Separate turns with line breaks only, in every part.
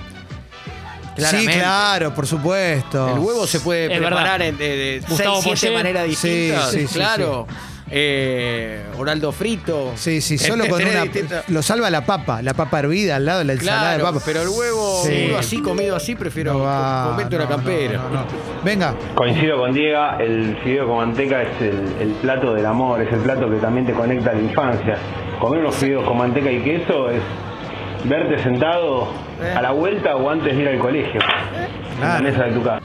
Claramente.
Sí, claro, por supuesto.
El huevo se puede
Es
preparar
verdad.
en- de, de
Gustavo
seis,
Poyet.
siete maneras
Sí,
distintas.
sí, sí,
claro. Eh, Oraldo frito.
Sí, sí, solo con
Tenés
una.
distintas-
Lo salva la papa, la papa hervida al lado de la ensalada de
Claro,
papa.
pero el huevo
Sí.
duro así, comido así, prefiero
No va,
con- comerte
no,
una campera.
no, no, no. Venga,
Coincido con Diego, el fideo con manteca es el, el plato del amor, es el plato que también te conecta a la infancia. Comer unos fideos con manteca y queso es verte sentado a la vuelta o antes de ir al colegio, en la
Claro.
mesa de tu casa.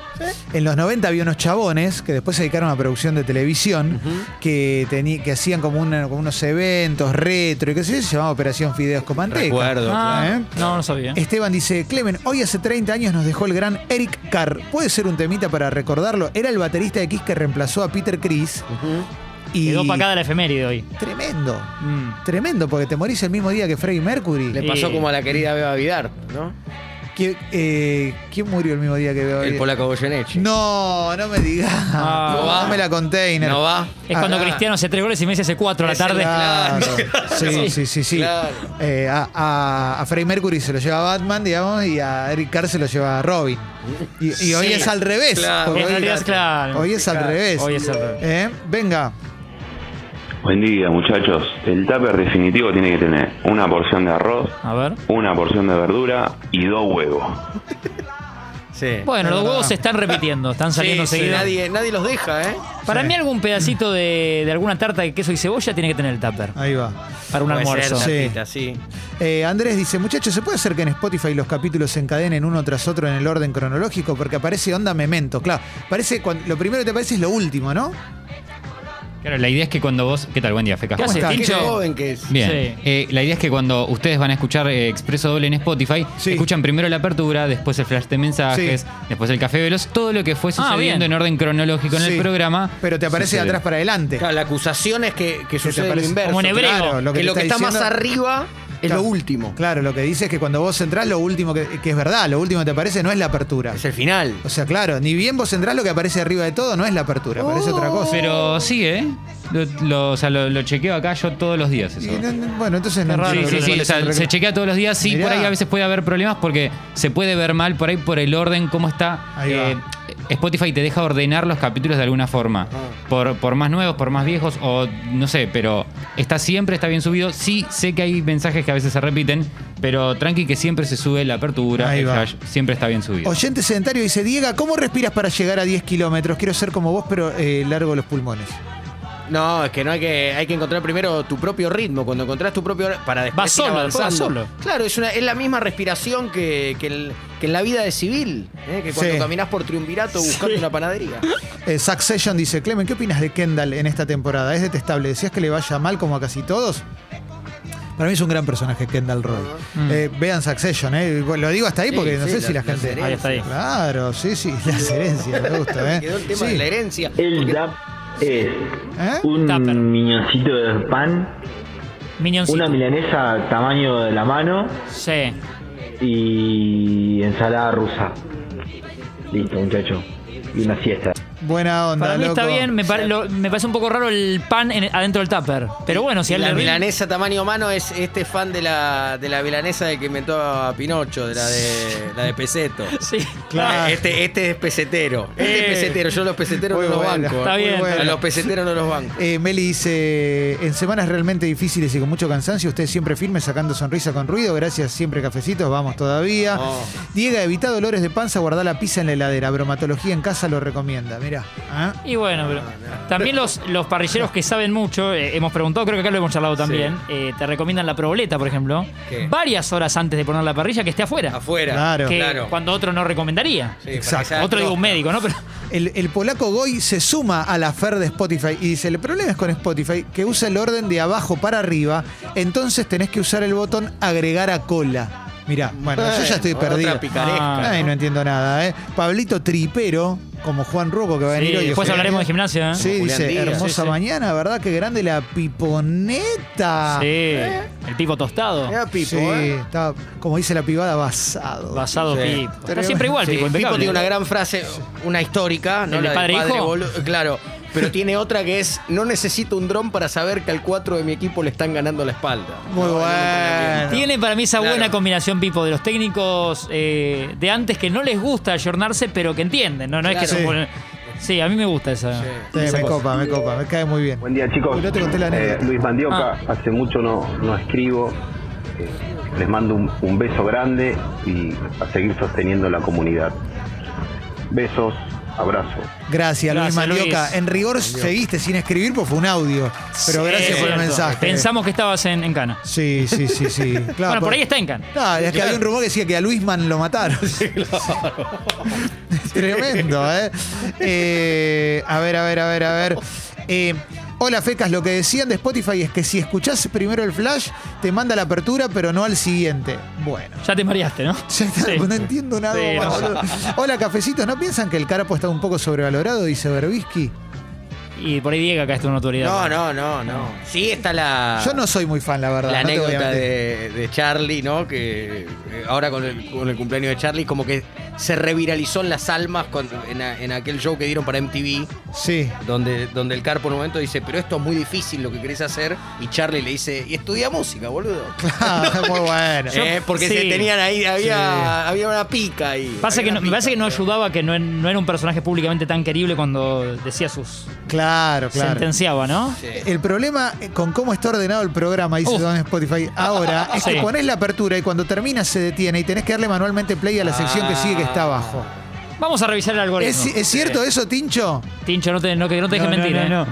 en los 90 había unos chabones que después se dedicaron a producción de televisión que, teni- que hacían como, una- como unos eventos retro y qué sé yo, se llamaba Operación Fideos con Manteca.
Recuerdo,
Ah,
¿eh?
No, no sabía.
Esteban dice, Clemen, hoy hace 30 años nos dejó el gran Eric Carr. ¿Puede ser un temita para recordarlo? Era el baterista de Kiss que reemplazó a Peter Chris. Y
Quedó pacada la efeméride hoy.
Tremendo,
Mm.
tremendo, porque te morís el mismo día que Freddie Mercury.
Le pasó
Eh.
como a la querida Beba Vidar, ¿no?
Que, eh, ¿Quién murió el mismo día que veo
El polaco Goyeneche.
No, no me digas.
Ah.
no,
No va.
me la container.
No va.
Es cuando
Ah.
Cristiano hace tres goles y Messi hace cuatro a la
Es el
tarde.
Claro.
Claro.
Sí, sí, sí, sí.
Claro.
Eh, a, a, a Freddie Mercury se lo lleva Batman, digamos, y a Eric Carr se lo lleva Robin. Y, y hoy
Sí.
es al revés.
Claro.
porque
En
hoy-
realidad es claro.
Hoy es al revés.
Hoy es al revés.
¿Eh? Venga.
Buen día, muchachos. El tupper definitivo tiene que tener una porción de arroz,
A ver.
una porción de verdura y dos huevos.
Sí.
Bueno, los
verdad.
huevos se están repitiendo, están saliendo
Sí, sí,
seguidos.
nadie, nadie los deja, ¿eh?
Para
Sí.
mí algún pedacito de, de alguna tarta de queso y cebolla tiene que tener el tupper
Ahí va.
para un
Puede
almuerzo.
ser,
Ah, Sí.
Tapita, sí.
Eh, Andrés dice, muchachos, ¿se puede hacer que en Spotify los capítulos se encadenen uno tras otro en el orden cronológico? Porque aparece onda memento, claro. Parece cuan- lo primero que te aparece es lo último, ¿no?
Claro, la idea es que cuando vos. ¿Qué tal? Buen día, Feca.
¿Qué
¿Cómo
haces,
está?
Qué
Tincho?
joven que es.
Bien.
Sí.
Eh, la idea es que cuando ustedes van a escuchar eh, Expreso Doble en Spotify,
Sí.
escuchan primero la apertura, después el flash de mensajes,
Sí. Ah,
después el café veloz, todo lo que fue
bien.
sucediendo en orden cronológico en
Sí.
el programa.
Pero te aparece de
sucede.
atrás para adelante.
Claro, la acusación es que, que sucede lo
aparece?
inverso.
Como en hebreo.
claro.
lo que
que,
te
lo que
está
está más
diciendo-
arriba es
Claro.
lo último.
Claro, lo que dice es que cuando vos entrás, lo último que, que es verdad, lo último que te aparece no es la apertura.
Es el final.
O sea, claro, ni bien vos entrás, lo que aparece arriba de todo no es la apertura, aparece otra cosa.
Oh. Pero sí, ¿eh? Lo, lo- o sea, lo, lo chequeo acá yo todos los días.
Y
Eso.
no- no- bueno, entonces no
Qué raro,
Sí,
entiendo
sí,
cuál
sí, o
es
sea,
el
se
reclamo.
chequea todos los días, sí,
Mirá.
por ahí a veces puede haber problemas porque se puede ver mal por ahí por el orden, cómo está.
Ahí va.
Eh, Spotify te deja ordenar los capítulos de alguna forma,
Ah.
por, por más nuevos, por más viejos, o no sé, pero está siempre, está bien subido. Sí, sé que hay mensajes que a veces se repiten, pero tranqui que siempre se sube la apertura,
Ahí
el
va.
flash, siempre está bien subido.
Oyente sedentario dice, Diego, ¿cómo respiras para llegar a 10 kilómetros? Quiero ser como vos, pero eh, largo los pulmones.
No, es que no hay que hay que encontrar primero tu propio ritmo. Cuando encontrás tu propio para después
Va solo,
ir
después va
avanzando.
solo.
Claro, es, una, es la misma respiración que, que, el- que en la vida de civil, ¿eh? que cuando
Sí.
caminás por triunvirato buscando una panadería.
Eh, Succession dice, Clemen, ¿qué opinas de Kendall en esta temporada? ¿Es detestable? ¿Decías que le vaya mal como a casi todos? Para mí es un gran personaje Kendall Roy.
Mm.
Eh, vean Succession, ¿eh? Bueno, Lo digo hasta ahí
Sí,
porque no
sí,
sé si la
las- las
gente...
herencias. Ahí está
ahí.
Claro, sí, sí, las herencias, me gusta, ¿eh?
Quedó el tema
Sí.
de la herencia.
El
Porque-
DAP es
¿Eh?
un
Tupper.
miñoncito de pan,
Minioncito.
una milanesa tamaño de la mano
Sí.
y ensalada rusa. Listo, muchacho. Y una siesta.
Buena onda,
Para mí está
loco.
bien, me, pare- lo- me parece un poco raro el pan en- adentro del tupper. Pero bueno, si
Y
a él
la
le rinde-
milanesa tamaño humano es este fan de la, de la milanesa de que inventó a Pinocho, de la de, la de Peseto.
Sí.
Claro.
Este, este es pesetero. Este
Eh.
es pesetero. Yo los peseteros
Muy
no los
buena,
banco.
Está
¿eh?
bien,
muy buena.
A los peseteros no los banco.
Eh, Meli dice, en semanas realmente difíciles y con mucho cansancio, ustedes siempre firmes sacando sonrisa con ruido, gracias siempre cafecitos, vamos todavía.
Oh.
Diego, evita dolores de panza, guardá la pizza en la heladera, bromatología en casa lo recomienda, mirá. ¿ah?
Y bueno, pero también los, los parrilleros que saben mucho, eh, hemos preguntado, creo que acá lo hemos charlado también, eh, te recomiendan la proboleta, por ejemplo,
¿Qué?
varias horas antes de poner la parrilla que esté afuera.
Afuera.
Claro.
que
claro.
cuando otro no recomendaría.
Sí, para
Exacto.
que sea
otro digo un
tosca.
médico, ¿no? Pero
El, el polaco Goy se suma a la fer de Spotify y dice, el problema es con Spotify que usa el orden de abajo para arriba, entonces tenés que usar el botón agregar a cola. Mirá, bueno, yo ya estoy
Eh, Otra
perdido.
picaresca.
Ah,
Ay, no entiendo nada, ¿eh? Pablito Tripero, como Juan Ruco que va a venir
Sí,
hoy.
después
Ojalá.
hablaremos de gimnasia. ¿eh?
Sí,
Como
dice,
Julián Díaz.
hermosa
Sí, sí.
mañana, ¿verdad? Qué grande la piponeta.
Sí, el pipo tostado.
Mirá, Pipo,
Sí,
¿eh?
está, como dice la pibada, basado.
Basado
Sí.
pipo. Está
Tremendo.
siempre igual,
Sí,
pipo,
Pipo
impecable.
tiene una gran frase, una histórica, ¿no?
¿El de
La del
padre e hijo?
Bol- claro. Pero tiene otra que es: No necesito un dron para saber que al 4 de mi equipo le están ganando la espalda.
Muy bueno.
Tiene para mí esa
Claro.
buena combinación, Pipo, de los técnicos eh, de antes que no les gusta ayornarse, pero que entienden, ¿no? No es que
Claro.
se ponen- Sí, a mí me gusta esa.
Sí, me copa, me copa, me cae muy bien.
Buen día, chicos. Eh,
Y no te conté la anécdota.
Luis
Ah.
Mandioca, hace mucho no, no escribo. Eh, les mando un, un beso grande y a seguir sosteniendo la comunidad. Besos, abrazos.
Gracias, Luis
Gracias,
Mandioca.
Luis.
En rigor seguiste sin escribir porque fue un audio. Pero
Sí,
gracias por el
cierto.
mensaje.
Pensamos que estabas en, en Cana.
Sí, sí, sí, sí. Claro,
bueno, por
porque-
ahí está en Cana.
No, es que había un rumor que decía que a Luisman lo mataron. Tremendo, ¿eh? Eh, A ver, a ver, a ver, a ver. Eh, hola, Fecas. Lo que decían de Spotify es que si escuchás primero el flash, te manda la apertura, pero no al siguiente. Bueno.
Ya te mareaste, ¿no?
Ya está,
Sí.
no entiendo nada.
Sí,
más,
no.
boludo. Hola, cafecitos. ¿No piensan que el carapo está un poco sobrevalorado? Dice Berbisky.
Y por ahí Diego acá está una autoridad.
No, no, no, no. Sí, está la.
Ah.
Yo no soy muy fan, la verdad.
La
no te voy a
anécdota
mentir.
de, de Charlie, ¿no? Que eh, ahora con el, con el cumpleaños de Charlie, como que se reviralizó en las almas cuando- en, a- en aquel show que dieron para MTV,
Sí.
donde, donde el Carpo en un momento dice, pero esto es muy difícil lo que querés hacer, y Charlie le dice, y estudia música, boludo.
Ah, muy bueno.
Eh, porque se
sí.
tenían ahí, había, había una pica ahí.
Pasa
Había
que
una
no- me
pica.
parece que no ayudaba que no, no era un personaje públicamente tan querible cuando decía sus.
Claro, claro.
sentenciaba, ¿no?
Sí.
El problema eh, con cómo está ordenado el programa, dice
Uf.
Don Spotify, ahora es que
Sí.
pones la apertura y cuando termina se detiene y tenés que darle manualmente play a la sección que sigue que
Ah.
está abajo.
Vamos a revisar el algoritmo.
¿Es, es cierto eso, Tincho?
Tincho, no te, no, que no te dejes
No, no,
mentir.
no,
¿eh?
no.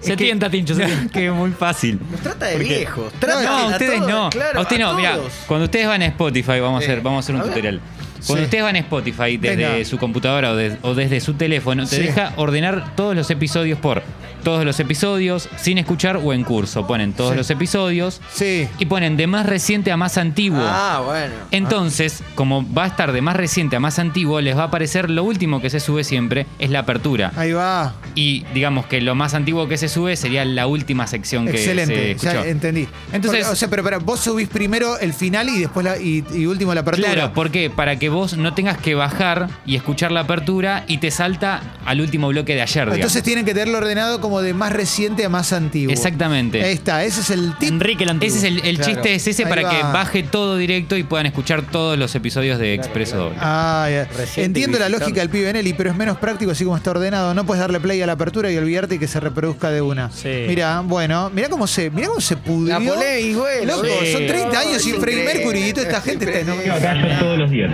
Se
Es que-
tienta, Tincho. se tienta.
que es muy fácil.
Nos trata de
Porque-
viejos.
No,
Trata
a
a
ustedes
todos,
no.
claro,
a ustedes
a
no. Mira,
todos.
cuando ustedes van a Spotify, vamos a
Eh,
hacer, vamos a hacer un
a ver.
tutorial. Cuando
Sí.
ustedes van a Spotify desde
Venga.
su computadora o, des- o desde su teléfono, te
Sí.
deja ordenar todos los episodios por todos los episodios, sin escuchar o en curso. Ponen todos
Sí.
los episodios
Sí.
y ponen de más reciente a más antiguo.
Ah, bueno.
Entonces, como va a estar de más reciente a más antiguo, les va a aparecer lo último que se sube siempre, es la apertura.
Ahí va.
Y digamos que lo más antiguo que se sube sería la última sección que se
Excelente.
escuchó.
Ya entendí.
Entonces-
Porque, o sea, pero, pero vos subís primero el final y después la, y, y último la apertura.
Claro, ¿por qué? Para que vos no tengas que bajar y escuchar la apertura y te salta al último bloque de ayer. digamos.
Entonces tienen que tenerlo ordenado como de más reciente a más antiguo.
Exactamente.
Ahí está, ese es el tip.
Enrique el antiguo.
ese es el, el
Claro.
chiste, es ese
Ahí
para
va.
que baje todo directo y puedan escuchar todos los episodios de Expreso Doble.
Ah, ya.
Reciente
Entiendo la
visitante.
lógica del pibe Nelly, pero es menos práctico así como está ordenado. No puedes darle play a la apertura y olvidarte y que se reproduzca de una.
Sí.
Mirá, bueno, mirá cómo se, mirá cómo se pudrió.
La polémica, güey.
Loco,
Sí.
son 30 años sin
Es
Freddie
increíble.
Mercury y toda esta
Es
gente está en
increíble.
todos los días.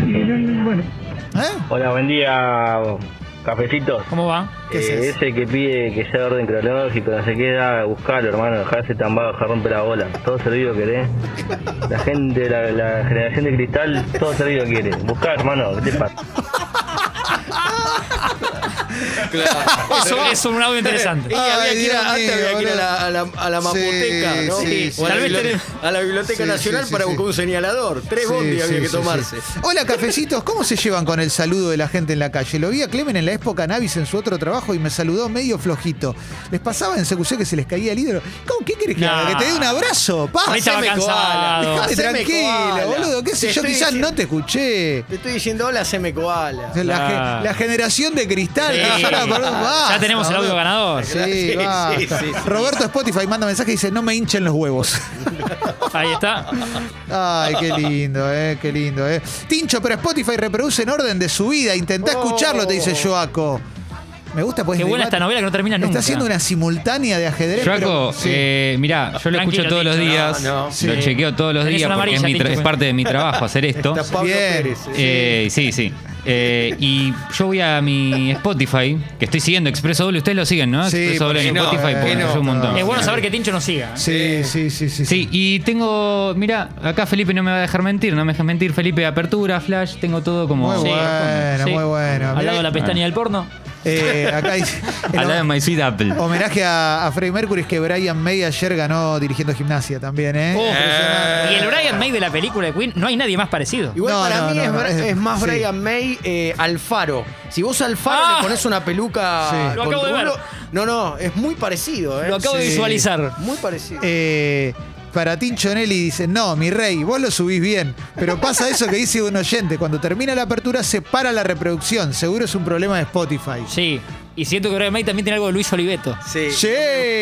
¿Eh?
Hola, buen día, cafecitos.
¿Cómo va?
¿Qué es
Eh,
eso?
ese que pide que sea orden cronológico, no se queda, buscalo, hermano, dejá ese tambado, dejá romper la bola. Todo servido querés. La gente, la, la generación de cristal, todo servido quiere. Buscá, hermano, ¿qué te pasa?
Eso es un audio interesante.
Y Ah, había
Ay,
que ir
Dios
a, antes
mío,
había que ir a la, a la, a la
Sí,
mapoteca, ¿no?
sí,
o a la,
sí.
bibli-
Tal vez
a la Biblioteca
Sí,
Nacional
sí, sí,
para
sí.
buscar un señalador. Tres
Sí,
bondi
sí,
había que
sí,
tomarse.
sí. Hola, cafecitos. ¿Cómo se llevan con el saludo de la gente en la calle? Lo vi a Clemen en la época Navis en su otro trabajo y me saludó medio flojito. ¿Les pasaba en CQC que se les caía el ídolo? ¿Cómo, ¿Qué querés que
Nah.
haga? ¿Que te dé un abrazo?
Ahí
Paz.
estaba
Haceme
cansado.
koala.
Dejate
Haceme koala.
tranquilo, boludo. ¿Qué sé
Te
yo?
estoy
Quizás
dici-
no te escuché.
Te estoy diciendo, hola, haceme koala.
La,
Nah.
ge- la generación de cristal.
Sí.
que ya, la acordó. Ah, Basta,
Ya tenemos el audio
boludo.
ganador.
Sí,
Sí,
basta.
sí, sí, sí.
Roberto Spotify manda mensaje y dice: No me hinchen los huevos.
Ahí está.
Pues Ay, qué lindo, eh, qué lindo, eh. Tincho, pero Spotify reproduce en orden de subida. Intentá escucharlo, te dice Joaco. Me gusta, pues.
Oh. Qué buena
debate.
esta novela que no termina nunca.
Está haciendo una simultánea de ajedrez.
Joaco,
pero- sí.
eh, mirá, yo lo
Tranquilo,
escucho todos los
Tincho,
días,
no, no.
lo
Sí.
chequeo todos los
Tenés
días
una
porque es,
amarilla,
mi tra-
Tincho.
es parte de mi trabajo hacer esto.
Está Pablo
Bien.
Pérez. eh.
Eh, sí, sí. Eh, y yo voy a mi Spotify, que estoy siguiendo Expreso Doble, ustedes lo siguen, ¿no?
Sí,
Expreso Doble en
porque no,
Spotify,
eh,
porque
no,
yo un montón.
no.
Es bueno saber que Tincho nos siga. ¿eh?
sí, sí, sí,
Sí,
sí, sí.
y tengo, mira, acá Felipe no me va a dejar mentir, no me dejes mentir, Felipe, apertura, flash, tengo todo como...
Muy
Sí.
bueno,
Sí.
muy bueno.
Al lado de la pestaña del porno.
Eh, acá dice. el
Al lado de My Sweet Apple.
Homenaje a, a Freddie Mercury, es que Brian May ayer ganó dirigiendo gimnasia también, ¿eh?
Oh, Y el Brian May de la película de Queen, no hay nadie más parecido.
Igual
No,
para
no,
mí
no,
es,
no,
Bra-
es-
es más
sí.
Brian May eh, Alfaro. Si vos a Alfaro
Ah.
le pones una peluca.
Sí.
Lo
con
acabo de ver.
rulo- No, no, es muy parecido. eh.
Lo acabo de
Sí.
visualizar.
Muy parecido.
Eh, para Tincho Nelly dice, no, mi rey, vos lo subís bien. Pero pasa eso que dice un oyente, cuando termina la apertura se para la reproducción. Seguro es un problema de Spotify.
Sí. Y siento que Brian May también tiene algo de Luis Oliveto.
sí.
Sí,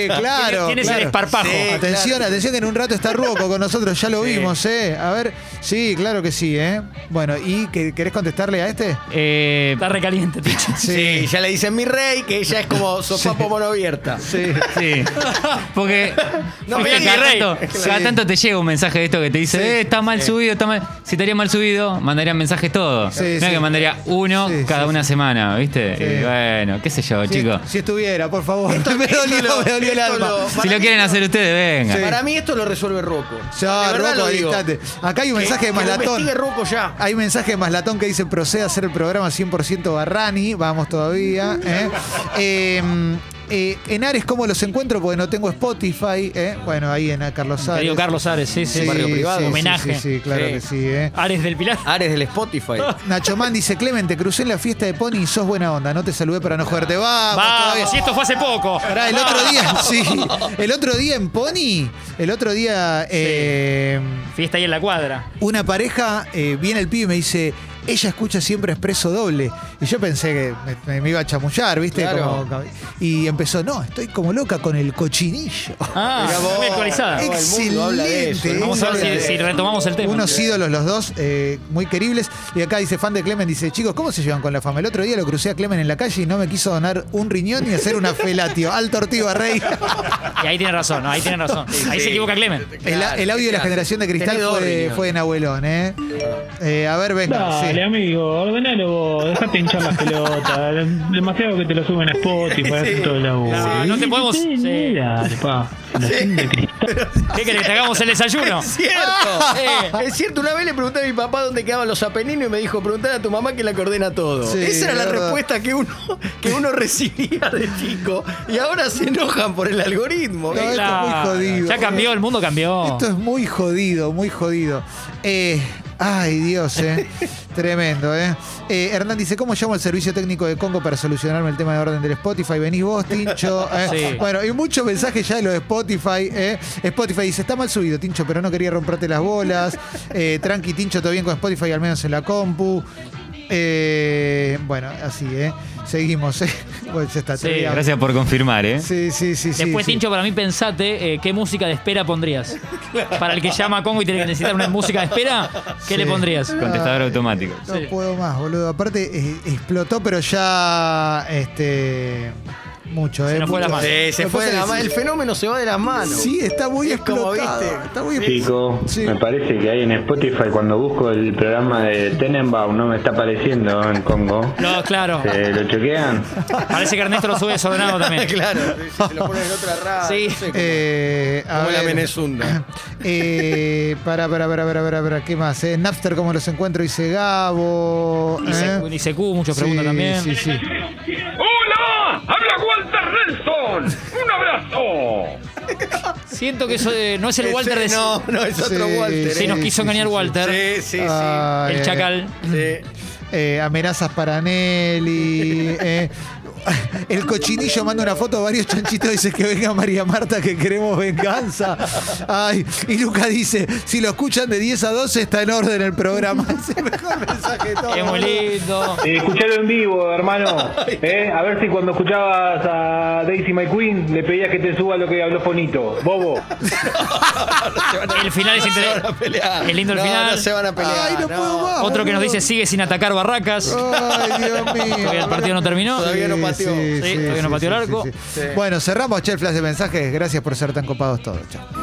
claro.
Tiene- tiene ese
claro.
desparpajo.
Sí,
atención,
claro.
atención que en un rato está Ruoco con nosotros, ya lo
Sí.
vimos, ¿eh? A ver, sí, claro que sí, ¿eh? Bueno, ¿y que- querés contestarle a este?
Eh,
Está recaliente, Tincho.
Sí, ya le dicen mi rey, que ella es como sopapo mano abierta.
Sí.
sí, porque...
No,
viste,
mira,
cada,
mi rey.
tanto, cada tanto te llega un mensaje de esto que te dice,
Sí,
eh, está mal subido, está mal... Si estaría mal subido, mandaría mensajes todos.
Sí,
Mirá
sí.
que mandaría uno
Sí,
cada
sí,
una semana, ¿viste?
Sí.
Y bueno, qué sé yo,
Si
chicos.
est- Si estuviera, por favor. me
esto
dolió,
lo-
me dolió el
esto
alma.
lo-
Si
Para
lo
mí
quieren
no.
hacer ustedes, venga.
Sí.
Para mí esto lo resuelve Rocco.
Ya,
De verdad
Rocco,
lo digo.
instante. Acá hay un mensaje de
que lo
Maslatón.
investigue Rocco ya.
Hay mensaje de Maslatón que dice procede a hacer el programa 100% Barrani. Vamos todavía. ¿eh? Eh, eh, en Ares, ¿cómo los encuentro? Porque no tengo Spotify. ¿eh? Bueno, ahí en Carlos Ares.
Querido Carlos Ares, sí, sí.
Sí,
Barrio Privado.
sí, sí,
Homenaje.
Sí, sí, claro
Sí.
que sí. ¿eh?
Ares del Pilar.
Ares del Spotify.
Nacho Man dice, Clemente, crucé en la fiesta de Pony y sos buena onda. No te saludé para no joderte. Vamos, todavía.
Vamos, si esto fue hace poco.
Pará, el otro día, sí. El otro día en Pony, el otro día... eh,
Ah, Fiesta ahí en la cuadra.
una pareja, eh, viene el pibe y me dice, ella escucha siempre expreso doble. Y yo pensé que me, me iba a chamullar, ¿viste?
Claro.
Como- y empezó, no, estoy como loca con el cochinillo.
Ah,
Mirá vos.
muy actualizada.
Todo el mundo habla de eso,
Excelente.
¿no?
Vamos a ver si, si retomamos el tema.
Unos ídolos los dos, eh, muy queribles. Y acá dice fan de Clemen, dice, chicos, ¿cómo se llevan con la fama? El otro día lo crucé a Clemen en la calle y no me quiso donar un riñón ni hacer una felatio. Alto Ortiva Rey.
Y ahí tiene razón, ¿no? ahí tiene razón. Ahí
sí.
se equivoca Clemen.
El,
Claro,
el audio de la
claro.
generación de cristal
Tenés dos
fue de,
riñones.
fue de Nahuelón, ¿eh? Eh, A ver, venga.
Dale,
sí.
amigo, ordenalo vos, dejate hinchar las pelotas. Demasiado que te lo suben a Spotify, hacen todo el laburo.
No, no te podemos-
Sí,
sí.
dale, pa. La gente de cristal.
¿Qué querés? que ¿Te hagamos el desayuno?
Es cierto, eh, es cierto. Una vez le pregunté a mi papá dónde quedaban los apeninos y me dijo, preguntar a tu mamá que la coordena todo.
Sí,
Esa era la
es verdad.
respuesta que uno, que uno recibía de chico. Y ahora se enojan por el algoritmo.
No, esto es muy
Claro.
jodido. eh.
Ya cambió, el mundo cambió.
Esto es muy jodido, muy jodido. Eh, ay, Dios, eh. Tremendo, ¿eh? Eh, Hernán dice, ¿cómo llamo al servicio técnico de Congo para solucionarme el tema de orden del Spotify? Venís vos, Tincho. eh.
Sí.
Bueno, y muchos mensajes ya de lo de Spotify. eh. Spotify dice, está mal subido, Tincho, pero no quería romperte las bolas. Eh, tranqui, Tincho, todo bien con Spotify, al menos en la compu. Eh, bueno, así, ¿eh? Seguimos, ¿eh? Bueno, ya está,
Sí,
terminamos.
Gracias por confirmar, ¿eh?
Sí, sí, sí, sí,
Después,
sí.
Tincho, para mí pensate eh, qué música de espera pondrías. Para el que llama a Congo y tiene que necesitar una música de espera, ¿qué le
Sí.
pondrías?
Contestador automático.
No
Sí.
puedo más, boludo. Aparte, eh, explotó, pero ya. Este. Mucho, ¿eh?
nos fue la
Mucho.
mano.
Eh, se
Lo
fue
pasa
de la
que
ma-
sí.
El fenómeno se va de las manos.
Sí, está muy
Es como,
explotado.
viste,
Está muy
Chico,
Sí.
me parece que ahí en Spotify cuando busco el programa de Tenenbaum no me está apareciendo en Congo.
No, claro.
Eh, ¿Lo chequean?
Parece que Ernesto lo sube desordenado también.
claro, si se lo ponen en otra rara.
Sí.
no sé, como-
Eh, a
como la
ver.
Menezunda.
Eh, para, para, para, para, para, para, ¿qué más? Eh? Napster, ¿cómo los encuentro? Dice Gabo.
Y
¿eh?
se- Y CQ, muchos
Sí,
preguntan también.
Sí, sí.
¡Hola! ¡Habla Walter Nelson! ¡Un abrazo!
Siento que eso eh, no es el
Ese-
Walter de.
No, no, es otro
Sí, Ah.
Walter.
Sí,
eh.
nos quiso
sí,
engañar
sí,
Walter.
Sí, sí, sí.
Ay,
El
ay,
chacal.
Sí.
Eh, amenazas para Nelly. eh. el cochinillo manda una foto de varios chanchitos. Dice que venga María Marta, que queremos venganza. Ay, y Luca dice: si lo escuchan de 10 a 12, está en orden el programa. Es el mejor mensaje de todo.
Es muy lindo.
Eh, escuchalo en vivo, hermano. Eh, a ver si cuando escuchabas a Daisy My Queen le pedías que te suba lo que habló Fonito. Bobo.
El final es
Se van
interesante.
a pelear.
Es lindo el
No,
final.
No se van a pelear.
Ay, no puedo más.
Otro que nos
boludo.
dice sigue sin atacar barracas.
Ay, Dios mío.
Todavía el partido no terminó.
Todavía no pateó.
Sí, todavía no pateó el arco.
Bueno, cerramos, che, el flash de mensajes. Gracias por ser tan copados todos. Chao.